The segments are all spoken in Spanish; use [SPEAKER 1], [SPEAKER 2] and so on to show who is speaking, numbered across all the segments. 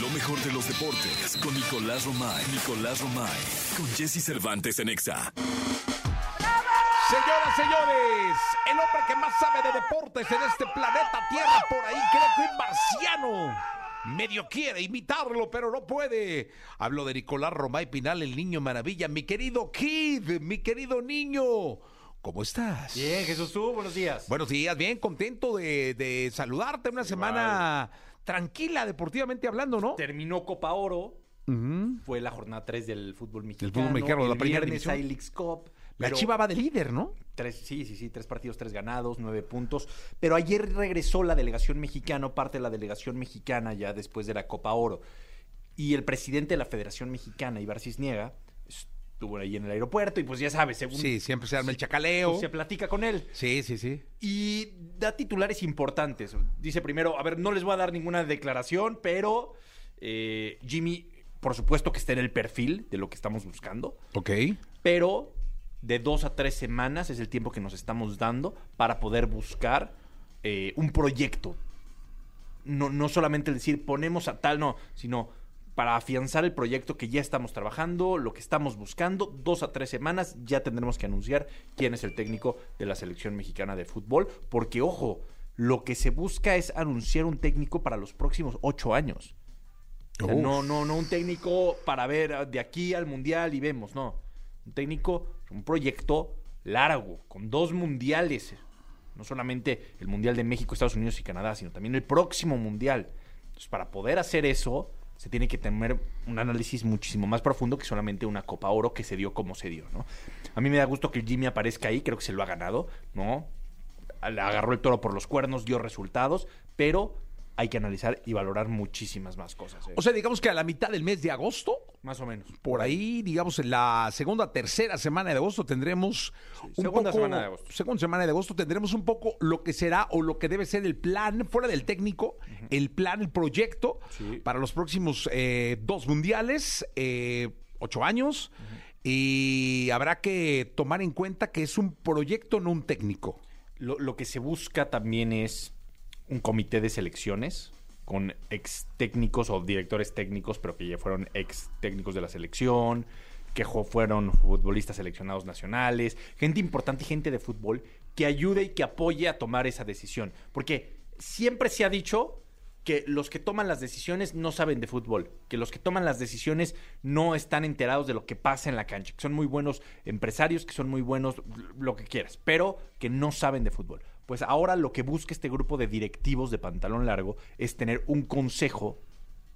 [SPEAKER 1] Lo mejor de los deportes con Nicolás Romay. Nicolás Romay. Con Jesse Cervantes en Exa.
[SPEAKER 2] Señoras, señores, el hombre que más sabe de deportes en este planeta Tierra, por ahí creo que es marciano. Medio quiere imitarlo, pero no puede. Hablo de Nicolás Romay Pinal, el niño maravilla. Mi querido Kid, mi querido niño, ¿cómo estás?
[SPEAKER 3] Bien, Jesús, tú, buenos días.
[SPEAKER 2] Buenos días, bien contento de, de saludarte. Una semana tranquila, deportivamente hablando, ¿no?
[SPEAKER 3] Terminó Copa Oro,
[SPEAKER 2] Ujú.
[SPEAKER 3] fue la jornada 3 del fútbol mexicano.
[SPEAKER 2] fútbol mexicano, la
[SPEAKER 3] el
[SPEAKER 2] primera
[SPEAKER 3] viernes
[SPEAKER 2] división.
[SPEAKER 3] hay Leagues Cup.
[SPEAKER 2] La
[SPEAKER 3] pero
[SPEAKER 2] chiva va de líder, ¿no?
[SPEAKER 3] tres- sí, sí, sí, tres partidos, tres ganados, nueve puntos. Pero ayer regresó la delegación mexicana, parte de la delegación mexicana ya después de la Copa Oro. Y el presidente de la Federación Mexicana, Ibar Cisniega, estuvo ahí en el aeropuerto y pues ya sabes, según
[SPEAKER 2] Sí, siempre se arma el
[SPEAKER 3] pues,
[SPEAKER 2] chacaleo.
[SPEAKER 3] se platica con él.
[SPEAKER 2] Sí, sí, sí.
[SPEAKER 3] Y da titulares importantes. Dice primero, a ver, no les voy a dar ninguna declaración, pero eh, Jimmy, por supuesto que está en el perfil de lo que estamos buscando,
[SPEAKER 2] Ok.
[SPEAKER 3] pero de dos a tres semanas es el tiempo que nos estamos dando para poder buscar eh, un proyecto. No, no solamente el decir ponemos a tal, no, sino para afianzar el proyecto que ya estamos trabajando, lo que estamos buscando, dos a tres semanas ya tendremos que anunciar quién es el técnico de la selección mexicana de fútbol, porque ojo, lo que se busca es anunciar un técnico para los próximos ocho años. O sea,
[SPEAKER 2] Uf.
[SPEAKER 3] no, no, no un técnico para ver ah, de aquí al mundial y vemos, no. Un técnico, un proyecto largo, con dos mundiales. No solamente el mundial de México, Estados Unidos y Canadá, sino también el próximo mundial. Entonces, para poder hacer eso, se tiene que tener un análisis muchísimo más profundo que solamente una Copa Oro que se dio como se dio, ¿no? A mí me da gusto que Jimmy aparezca ahí, creo que se lo ha ganado, ¿no? al- agarró el toro por los cuernos, dio resultados, pero hay que analizar y valorar muchísimas más cosas. ¿eh?
[SPEAKER 2] O sea, digamos que a la mitad del mes de agosto,
[SPEAKER 3] más o menos.
[SPEAKER 2] por ahí, digamos, en la segunda, tercera semana de agosto tendremos
[SPEAKER 3] segunda semana de agosto.
[SPEAKER 2] Segunda semana de agosto tendremos un poco lo que será o lo que debe ser el plan, fuera del técnico, el plan, el proyecto
[SPEAKER 3] Sí.
[SPEAKER 2] para los próximos eh, dos mundiales, eh, ocho años, y habrá que tomar en cuenta que es un proyecto, no un técnico.
[SPEAKER 3] Lo, lo que se busca también es un comité de selecciones con ex técnicos o directores técnicos, pero que ya fueron ex técnicos de la selección, que jo- fueron futbolistas seleccionados nacionales, gente importante y gente de fútbol que ayude y que apoye a tomar esa decisión. Porque siempre se ha dicho que los que toman las decisiones no saben de fútbol, que los que toman las decisiones no están enterados de lo que pasa en la cancha, que son muy buenos empresarios, que son muy buenos lo que quieras, pero que no saben de fútbol. Pues ahora lo que busca este grupo de directivos de pantalón largo es tener un consejo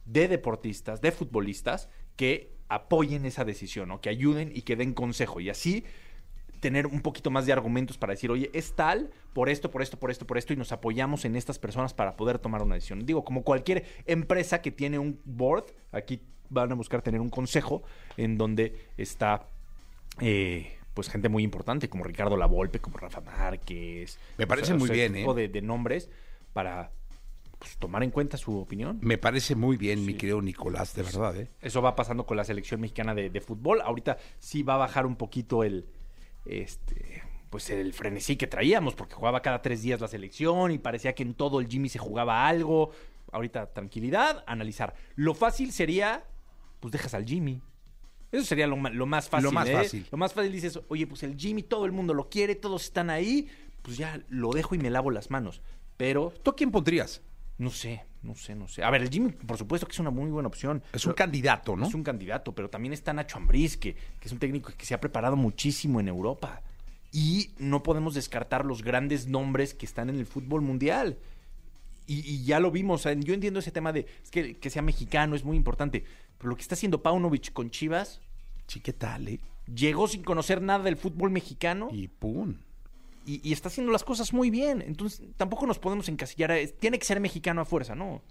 [SPEAKER 3] de deportistas, de futbolistas que apoyen esa decisión o que ayuden y que den consejo y así tener un poquito más de argumentos para decir, oye, es tal por esto, por esto, por esto, por esto, y nos apoyamos en estas personas para poder tomar una decisión. Digo, como cualquier empresa que tiene un board, aquí van a buscar tener un consejo en donde está, eh, pues, gente muy importante, como Ricardo Lavolpe, como Rafa Márquez.
[SPEAKER 2] Me parece muy
[SPEAKER 3] ese
[SPEAKER 2] bien,
[SPEAKER 3] este tipo
[SPEAKER 2] ¿eh?
[SPEAKER 3] de, de nombres para pues, tomar en cuenta su opinión.
[SPEAKER 2] Me parece muy bien, mi querido Nicolás, de verdad, ¿eh?
[SPEAKER 3] Eso va pasando con la selección mexicana de, de fútbol. Ahorita sí va a bajar un poquito el. Este. Pues el frenesí que traíamos, porque jugaba cada tres días la selección y parecía que en todo el Jimmy se jugaba algo. Ahorita, tranquilidad, analizar. Lo fácil sería. Pues dejas al Jimmy. Eso sería lo, ma- lo más fácil.
[SPEAKER 2] Lo más
[SPEAKER 3] ¿eh?
[SPEAKER 2] fácil.
[SPEAKER 3] Lo más fácil dices, oye, pues el Jimmy, todo el mundo lo quiere, todos están ahí. Pues ya lo dejo y me lavo las manos. Pero
[SPEAKER 2] ¿Tú a quién pondrías?
[SPEAKER 3] no sé, no sé, no sé. A ver, el Jimmy, por supuesto que es una muy buena opción.
[SPEAKER 2] Es un
[SPEAKER 3] Pero-
[SPEAKER 2] candidato, ¿no?
[SPEAKER 3] es un candidato, pero también está Nacho Ambriz, que, que es un técnico que se ha preparado muchísimo en Europa. Y no podemos descartar los grandes nombres que están en el fútbol mundial. Y, y ya lo vimos. o sea, yo entiendo ese tema de es que, que sea mexicano, es muy importante. Pero lo que está haciendo Paunovic con Chivas,
[SPEAKER 2] Sí, ¿qué tal, eh?
[SPEAKER 3] llegó sin conocer nada del fútbol mexicano y,
[SPEAKER 2] Y pum.
[SPEAKER 3] y está haciendo las cosas muy bien. Entonces tampoco nos podemos encasillar. a, "Es- tiene que ser mexicano a fuerza, ¿no?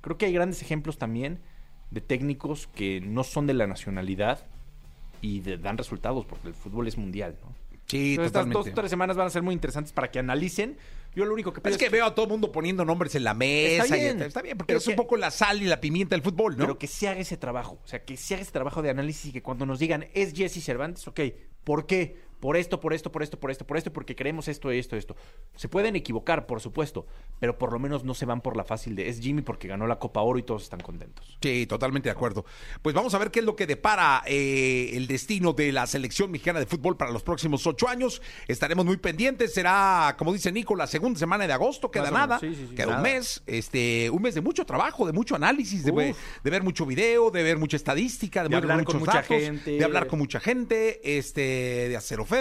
[SPEAKER 3] Creo que hay grandes ejemplos también de técnicos que no son de la nacionalidad y de- dan resultados, porque el fútbol es mundial, ¿no?
[SPEAKER 2] Sí,
[SPEAKER 3] Entonces, estas dos
[SPEAKER 2] totalmente.
[SPEAKER 3] o tres semanas van a ser muy interesantes para que analicen. Yo lo único que pido
[SPEAKER 2] Es que veo a todo el mundo poniendo nombres en la mesa.
[SPEAKER 3] Está
[SPEAKER 2] y-
[SPEAKER 3] bien.
[SPEAKER 2] porque
[SPEAKER 3] Pero
[SPEAKER 2] es
[SPEAKER 3] que-
[SPEAKER 2] un poco la sal y la pimienta del fútbol, ¿no?
[SPEAKER 3] pero que se haga ese trabajo. O sea, que se haga ese trabajo de análisis y que cuando nos digan, es Jesse Cervantes, ok, ¿por qué? por esto, por esto, por esto, por esto, por esto, porque queremos esto, esto, esto. Se pueden equivocar, por supuesto, pero por lo menos no se van por la fácil de es Jimmy porque ganó la Copa Oro y todos están contentos.
[SPEAKER 2] Sí, totalmente de acuerdo. Pues vamos a ver qué es lo que depara eh, el destino de la selección mexicana de fútbol para los próximos ocho años. Estaremos muy pendientes. Será, como dice Nico, la segunda semana de agosto. Queda
[SPEAKER 3] Más o menos,
[SPEAKER 2] nada.
[SPEAKER 3] sí, sí, sí,
[SPEAKER 2] queda un
[SPEAKER 3] nada.
[SPEAKER 2] mes. Este, un mes de mucho trabajo, de mucho análisis, de,
[SPEAKER 3] Uf.
[SPEAKER 2] ver- de ver mucho video, de ver mucha estadística, de,
[SPEAKER 3] De
[SPEAKER 2] ver
[SPEAKER 3] hablar con
[SPEAKER 2] muchos
[SPEAKER 3] mucha
[SPEAKER 2] datos,
[SPEAKER 3] gente.
[SPEAKER 2] de hablar con mucha gente, este, de hacer ofertas.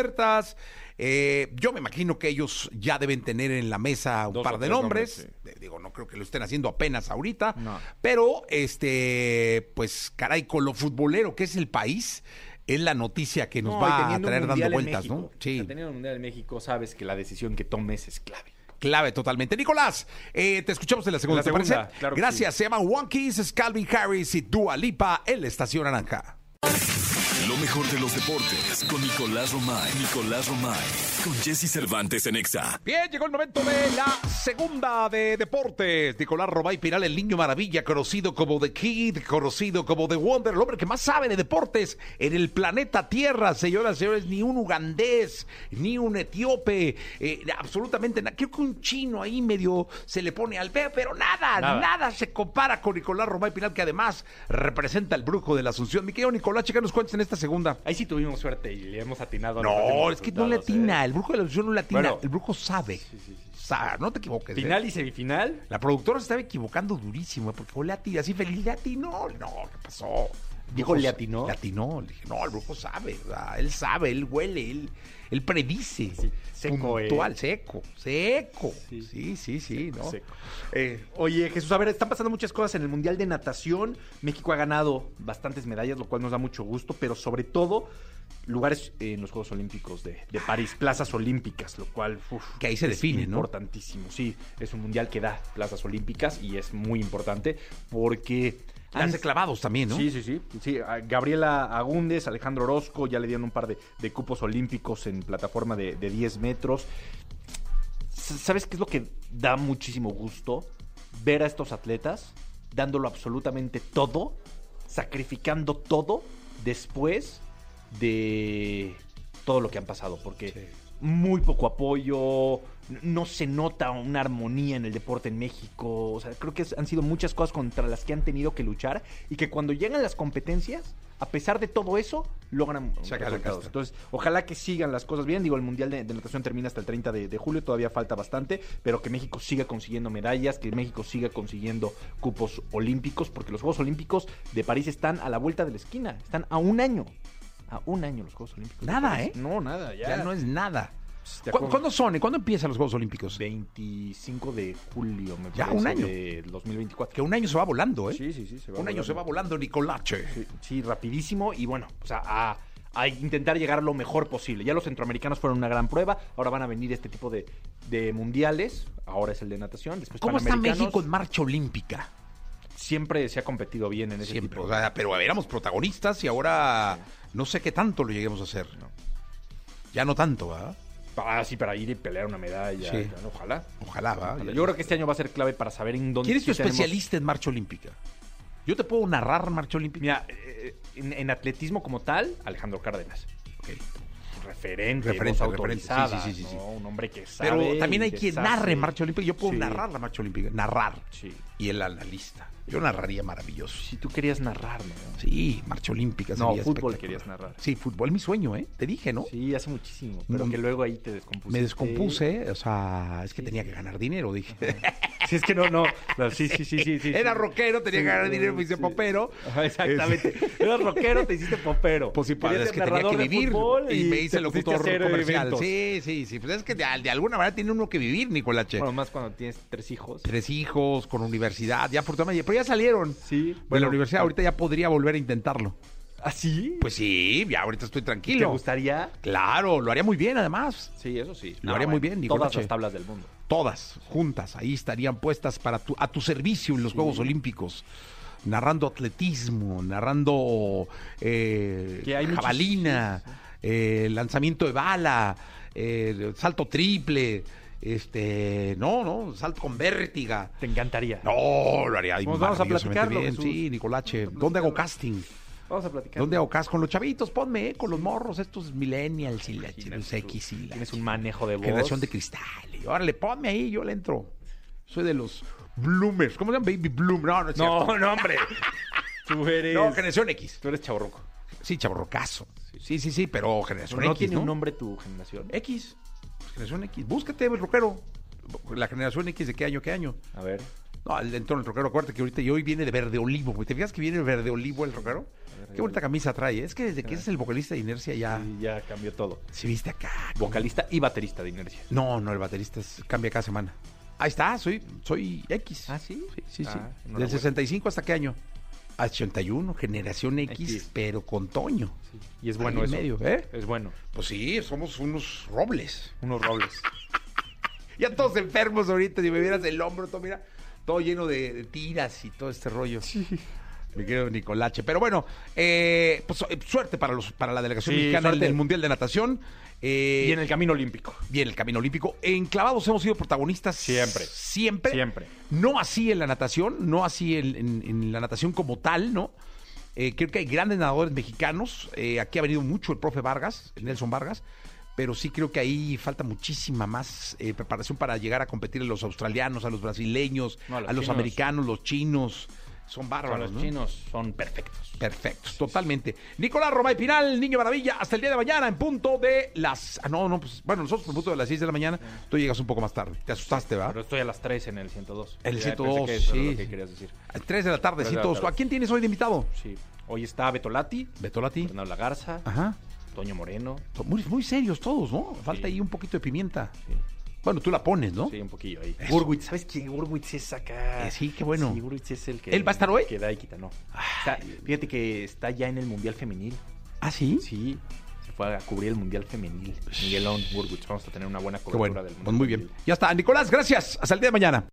[SPEAKER 2] Eh, yo me imagino que ellos ya deben tener en la mesa un
[SPEAKER 3] Dos
[SPEAKER 2] par
[SPEAKER 3] o
[SPEAKER 2] de
[SPEAKER 3] tres
[SPEAKER 2] nombres.
[SPEAKER 3] nombres, sí.
[SPEAKER 2] Eh, digo, no creo que lo estén haciendo apenas ahorita,
[SPEAKER 3] No.
[SPEAKER 2] pero este, pues caray, con lo futbolero que es el país, es la noticia que nos
[SPEAKER 3] No, y
[SPEAKER 2] va a
[SPEAKER 3] teniendo un
[SPEAKER 2] traer dando
[SPEAKER 3] mundial en
[SPEAKER 2] vueltas, ¿no?
[SPEAKER 3] México, o
[SPEAKER 2] Sí,
[SPEAKER 3] sea, teniendo un mundial en México, sabes que la decisión que tomes es clave.
[SPEAKER 2] clave totalmente. Nicolás, eh, te escuchamos en la segunda,
[SPEAKER 3] La
[SPEAKER 2] ¿te
[SPEAKER 3] segunda,
[SPEAKER 2] parece?
[SPEAKER 3] claro que
[SPEAKER 2] Gracias, se llama One Kiss, es Calvin Harris y Dua Lipa en la Estación Naranja.
[SPEAKER 1] Lo mejor de los deportes con Nicolás Romay. Nicolás Romay. Con Jesse Cervantes en Exa.
[SPEAKER 2] Bien, llegó el momento de la segunda de deportes. Nicolás Robay Piral, el niño maravilla, conocido como The Kid, conocido como The Wonder, el hombre que más sabe de deportes en el planeta Tierra, señoras y señores, ni un ugandés, ni un etíope, eh, absolutamente nada. Creo que un chino ahí medio se le pone al peo, pero nada, nada,
[SPEAKER 3] Nada.
[SPEAKER 2] se compara con Nicolás Robay Piral, que además representa al brujo de la Asunción. Mi querido Nicolás, checa nos cuentas en esta segunda.
[SPEAKER 3] Ahí sí tuvimos suerte y le hemos atinado. a los
[SPEAKER 2] No,
[SPEAKER 3] últimos
[SPEAKER 2] es que no le
[SPEAKER 3] resultados,
[SPEAKER 2] atina.
[SPEAKER 3] ¿eh?
[SPEAKER 2] El brujo de la ilusión no le atina.
[SPEAKER 3] Bueno.
[SPEAKER 2] el brujo sabe. Sa- no te equivoques. ¿eh?
[SPEAKER 3] Final y semifinal.
[SPEAKER 2] La productora se estaba equivocando durísimo, ¿eh? porque no le atina. Así feliz le atinó. No, ¿qué pasó?
[SPEAKER 3] Dijo,
[SPEAKER 2] Brujo
[SPEAKER 3] ¿le
[SPEAKER 2] sa-
[SPEAKER 3] atinó?
[SPEAKER 2] Le atinó. Le dije, no, el brujo sabe. o sea, él sabe, él huele, él, él predice.
[SPEAKER 3] Sí, seco, ¿eh?
[SPEAKER 2] Puntual, seco, seco. Sí,
[SPEAKER 3] Sí.
[SPEAKER 2] sí, sí, ¿no?
[SPEAKER 3] Seco. Eh, oye, Jesús, a ver, están pasando muchas cosas en el Mundial de Natación. México ha ganado bastantes medallas, lo cual nos da mucho gusto, pero sobre todo lugares en los Juegos Olímpicos de, de París, plazas olímpicas, lo cual uf,
[SPEAKER 2] Que ahí se
[SPEAKER 3] es
[SPEAKER 2] define, ¿no?
[SPEAKER 3] importantísimo. Sí, es un mundial que da plazas olímpicas y es muy importante porque han-
[SPEAKER 2] Hace clavados también, ¿no?
[SPEAKER 3] Sí, sí, sí. sí. a Gabriela Agúndez, Alejandro Orozco, ya le dieron un par de, de cupos olímpicos en plataforma de, de 10 metros. S- ¿Sabes qué es lo que da muchísimo gusto? Ver a estos atletas dándolo absolutamente todo, sacrificando todo después de todo lo que han pasado. Porque muy poco apoyo, n- no se nota una armonía en el deporte en México. O sea, creo que es- han sido muchas cosas contra las que han tenido que luchar y que cuando llegan las competencias, a pesar de todo eso, logran
[SPEAKER 2] Saca la
[SPEAKER 3] resultados.
[SPEAKER 2] casta.
[SPEAKER 3] Entonces, ojalá que sigan las cosas bien. Digo, el Mundial de, de Natación termina hasta el 30 de, de julio, todavía falta bastante, pero que México siga consiguiendo medallas, que México siga consiguiendo cupos olímpicos, porque los Juegos Olímpicos de París están a la vuelta de la esquina, están a un año. A un año los Juegos Olímpicos. de
[SPEAKER 2] Nada,
[SPEAKER 3] París.
[SPEAKER 2] ¿eh?
[SPEAKER 3] No, nada, ya.
[SPEAKER 2] Ya no es nada.
[SPEAKER 3] De
[SPEAKER 2] ¿Cu-
[SPEAKER 3] acuerdo.
[SPEAKER 2] ¿Cuándo son? y ¿Cuándo empiezan los Juegos Olímpicos?
[SPEAKER 3] 25 de julio, me
[SPEAKER 2] Ya,
[SPEAKER 3] parece,
[SPEAKER 2] un año.
[SPEAKER 3] del 2024.
[SPEAKER 2] Que un año se va volando, ¿eh?
[SPEAKER 3] Sí, sí, sí. se
[SPEAKER 2] un año
[SPEAKER 3] volando.
[SPEAKER 2] se va volando, Nicolache.
[SPEAKER 3] Sí, sí, rapidísimo y bueno, o sea, a, a intentar llegar lo mejor posible. Ya los centroamericanos fueron una gran prueba, ahora van a venir este tipo de, de mundiales, ahora es el de natación, después
[SPEAKER 2] ¿Cómo está
[SPEAKER 3] panamericanos.
[SPEAKER 2] México en marcha olímpica?
[SPEAKER 3] Siempre se ha competido bien en ese
[SPEAKER 2] Siempre.
[SPEAKER 3] tipo
[SPEAKER 2] O
[SPEAKER 3] de-
[SPEAKER 2] sea, pero éramos protagonistas y ahora no sé qué tanto lo lleguemos a hacer.
[SPEAKER 3] No.
[SPEAKER 2] Ya no tanto, ¿va?
[SPEAKER 3] Ah, sí, para ir y pelear una medalla,
[SPEAKER 2] Sí.
[SPEAKER 3] ya, ¿no? ojalá.
[SPEAKER 2] Ojalá, ¿va?
[SPEAKER 3] Ojalá. Yo creo que este año va a ser clave para saber en dónde...
[SPEAKER 2] ¿Quién es tu
[SPEAKER 3] sí tenemos-
[SPEAKER 2] especialista en marcha olímpica? Yo te puedo narrar marcha olímpica.
[SPEAKER 3] Mira, eh, en, en atletismo como tal, Alejandro Cárdenas.
[SPEAKER 2] Ok.
[SPEAKER 3] Referente,
[SPEAKER 2] Referente,
[SPEAKER 3] referente,
[SPEAKER 2] referente. Sí, sí, sí, sí, sí.
[SPEAKER 3] Un hombre que sabe.
[SPEAKER 2] Pero
[SPEAKER 3] y
[SPEAKER 2] también hay quien
[SPEAKER 3] deshace.
[SPEAKER 2] narre marcha olímpica. Yo puedo
[SPEAKER 3] Sí.
[SPEAKER 2] narrar la marcha olímpica. Narrar.
[SPEAKER 3] Sí.
[SPEAKER 2] Y el analista. Yo narraría maravilloso.
[SPEAKER 3] Si tú querías narrar, ¿no?
[SPEAKER 2] Sí, marcha olímpica.
[SPEAKER 3] No,
[SPEAKER 2] sería
[SPEAKER 3] fútbol
[SPEAKER 2] espectacular.
[SPEAKER 3] querías narrar.
[SPEAKER 2] Sí, fútbol, mi sueño, ¿eh? Te dije, ¿no?
[SPEAKER 3] Sí, hace muchísimo, pero
[SPEAKER 2] Mm.
[SPEAKER 3] que luego ahí te descompuse.
[SPEAKER 2] Me descompuse, o sea, es que tenía que ganar dinero, dije.
[SPEAKER 3] Sí, es que no, no. no, sí, sí, sí, sí, sí.
[SPEAKER 2] Era
[SPEAKER 3] sí.
[SPEAKER 2] rockero, tenía que ganar
[SPEAKER 3] Sí,
[SPEAKER 2] dinero, me hice
[SPEAKER 3] sí.
[SPEAKER 2] popero.
[SPEAKER 3] Ajá, exactamente. Eras rockero, te hiciste popero.
[SPEAKER 2] Pues sí, padre,
[SPEAKER 3] Querías
[SPEAKER 2] es que
[SPEAKER 3] ser
[SPEAKER 2] tenía que
[SPEAKER 3] narrador de
[SPEAKER 2] vivir.
[SPEAKER 3] fútbol
[SPEAKER 2] Y me
[SPEAKER 3] te
[SPEAKER 2] hice
[SPEAKER 3] pusiste a
[SPEAKER 2] locutor
[SPEAKER 3] hacer
[SPEAKER 2] comercial.
[SPEAKER 3] eventos.
[SPEAKER 2] Sí, sí, sí. Pues es que de, de alguna manera tiene uno que vivir, Nicolache.
[SPEAKER 3] Bueno, más cuando tienes tres hijos.
[SPEAKER 2] Tres hijos, con universidad, ya por Pero ya salieron
[SPEAKER 3] Sí.
[SPEAKER 2] de la universidad. Ahorita ya podría volver a intentarlo.
[SPEAKER 3] ¿Así?
[SPEAKER 2] Pues sí, ya ahorita estoy
[SPEAKER 3] ¿Ah, ¿Te
[SPEAKER 2] tranquilo.
[SPEAKER 3] gustaría?
[SPEAKER 2] Claro, lo haría muy bien, además.
[SPEAKER 3] Sí, eso sí. Ah,
[SPEAKER 2] Lo haría muy bien,
[SPEAKER 3] Todas
[SPEAKER 2] Nicolache.
[SPEAKER 3] las tablas del mundo.
[SPEAKER 2] Todas juntas, ahí estarían puestas para tu- a tu servicio en los Juegos Olímpicos. Narrando atletismo, narrando eh,
[SPEAKER 3] Que hay muchos-
[SPEAKER 2] jabalina, eh, lanzamiento de bala, eh, salto triple, este, no, no, salto con vértiga.
[SPEAKER 3] Te encantaría.
[SPEAKER 2] No, lo haría ahí
[SPEAKER 3] Pues vamos a
[SPEAKER 2] maravillosamente
[SPEAKER 3] platicarlo,
[SPEAKER 2] bien.
[SPEAKER 3] Jesús.
[SPEAKER 2] Sí, Nicolache. ¿Dónde hago casting?
[SPEAKER 3] Vamos a platicar.
[SPEAKER 2] ¿Dónde ocas? Con los chavitos, ponme, eh, con los morros, estos millennials y la
[SPEAKER 3] Imagínate
[SPEAKER 2] los
[SPEAKER 3] tú,
[SPEAKER 2] X y la
[SPEAKER 3] Tienes un manejo de voz.
[SPEAKER 2] generación de cristal. Y órale, ponme ahí, yo le entro. Soy de los bloomers. ¿Cómo se llama? Baby bloom. No, no es cierto.
[SPEAKER 3] No, no, hombre. Tú eres.
[SPEAKER 2] No, generación X.
[SPEAKER 3] Tú eres chavorruco.
[SPEAKER 2] Sí, chaborrocazo. Sí, sí, sí, pero generación
[SPEAKER 3] no
[SPEAKER 2] X,
[SPEAKER 3] tiene
[SPEAKER 2] Pues ¿no?
[SPEAKER 3] un nombre tu generación.
[SPEAKER 2] X. Pues, generación X. Búscate, el rockero. La generación X de qué año, qué año.
[SPEAKER 3] A ver.
[SPEAKER 2] No, el entorno del rockero, acuérdate que ahorita y hoy viene de verde olivo. güey. ¿Te fijas que viene de verde olivo el rockero? Qué bonita camisa trae. ¿eh? Es que desde que es el vocalista de Inercia ya
[SPEAKER 3] Y ya cambió todo.
[SPEAKER 2] se viste acá.
[SPEAKER 3] Vocalista y baterista de Inercia.
[SPEAKER 2] No, no, el baterista es- cambia cada semana. Ahí está, soy, soy X.
[SPEAKER 3] ¿Ah, sí?
[SPEAKER 2] Sí, sí, sí.
[SPEAKER 3] Ah, enhorabuena.
[SPEAKER 2] Del 65 hasta qué año? A 81, generación X,
[SPEAKER 3] X.
[SPEAKER 2] pero con Toño.
[SPEAKER 3] Ah, Y es
[SPEAKER 2] Ahí
[SPEAKER 3] bueno
[SPEAKER 2] en
[SPEAKER 3] eso.
[SPEAKER 2] medio, ¿eh?
[SPEAKER 3] Es bueno.
[SPEAKER 2] Pues sí, somos unos robles.
[SPEAKER 3] Unos robles.
[SPEAKER 2] Ya todos enfermos ahorita, si me vieras el hombro, todo, mira, todo lleno de, de tiras y todo este rollo. Me quedo Nicolache. Pero bueno, eh, pues, eh, suerte para los para la delegación
[SPEAKER 3] Sí,
[SPEAKER 2] mexicana en
[SPEAKER 3] suerte.
[SPEAKER 2] el Mundial de Natación. Eh,
[SPEAKER 3] Y en el camino olímpico.
[SPEAKER 2] bien, el camino olímpico. En clavados hemos sido protagonistas.
[SPEAKER 3] Siempre.
[SPEAKER 2] Siempre.
[SPEAKER 3] Siempre.
[SPEAKER 2] No así en la natación, no así en, en- en la natación como tal, ¿no? Eh, creo que hay grandes nadadores mexicanos. eh, aquí ha venido mucho el profe Vargas, el Nelson Vargas. Pero sí creo que ahí falta muchísima más eh, preparación para llegar a competir a los australianos, a los brasileños,
[SPEAKER 3] No,
[SPEAKER 2] a
[SPEAKER 3] a
[SPEAKER 2] los,
[SPEAKER 3] los chinos.
[SPEAKER 2] americanos, los chinos. Son bárbaros.
[SPEAKER 3] los
[SPEAKER 2] ¿no?
[SPEAKER 3] chinos son perfectos.
[SPEAKER 2] Perfectos, totalmente. Nicolás Romay Pinal, Niño Maravilla, hasta el día de mañana en punto de las... Ah, no, no, pues, bueno, nosotros en punto de las 6 de la mañana, tú llegas un poco más tarde. Te asustaste,
[SPEAKER 3] Pero
[SPEAKER 2] ¿verdad?
[SPEAKER 3] estoy a las 3 en el 102.
[SPEAKER 2] El
[SPEAKER 3] Ya pensé
[SPEAKER 2] 102,
[SPEAKER 3] que eso era
[SPEAKER 2] sí,
[SPEAKER 3] lo que
[SPEAKER 2] sí.
[SPEAKER 3] querías decir.
[SPEAKER 2] A 3 de la tarde,
[SPEAKER 3] Tres
[SPEAKER 2] sí,
[SPEAKER 3] de la
[SPEAKER 2] todos.
[SPEAKER 3] tarde.
[SPEAKER 2] ¿A quién tienes hoy de invitado?
[SPEAKER 3] Sí. Hoy está Beto Lati,
[SPEAKER 2] Betolati.
[SPEAKER 3] Fernando Lagarza,
[SPEAKER 2] Ajá.
[SPEAKER 3] Toño Moreno.
[SPEAKER 2] Son Muy, muy serios todos, ¿no? Falta
[SPEAKER 3] Sí.
[SPEAKER 2] ahí un poquito de pimienta.
[SPEAKER 3] Sí.
[SPEAKER 2] Bueno, tú la pones, ¿no?
[SPEAKER 3] Sí, un poquillo ahí.
[SPEAKER 2] Eso.
[SPEAKER 3] Gurwitz, ¿sabes quién? Gurwitz es acá.
[SPEAKER 2] Eh, sí, qué bueno.
[SPEAKER 3] Sí, Gurwitz es el que.
[SPEAKER 2] ¿Él va a estar hoy?
[SPEAKER 3] Que da y quita, no. Está- fíjate que está ya en el Mundial Femenil.
[SPEAKER 2] ¿Ah, sí?
[SPEAKER 3] Sí, se fue a cubrir el Mundial Femenil. Miguelón, Gurwitz. Vamos a tener una buena
[SPEAKER 2] Qué bueno.
[SPEAKER 3] cobertura del Mundial.
[SPEAKER 2] Pues muy bien.
[SPEAKER 3] Femenil.
[SPEAKER 2] Ya está. Nicolás, gracias. Hasta el día de mañana.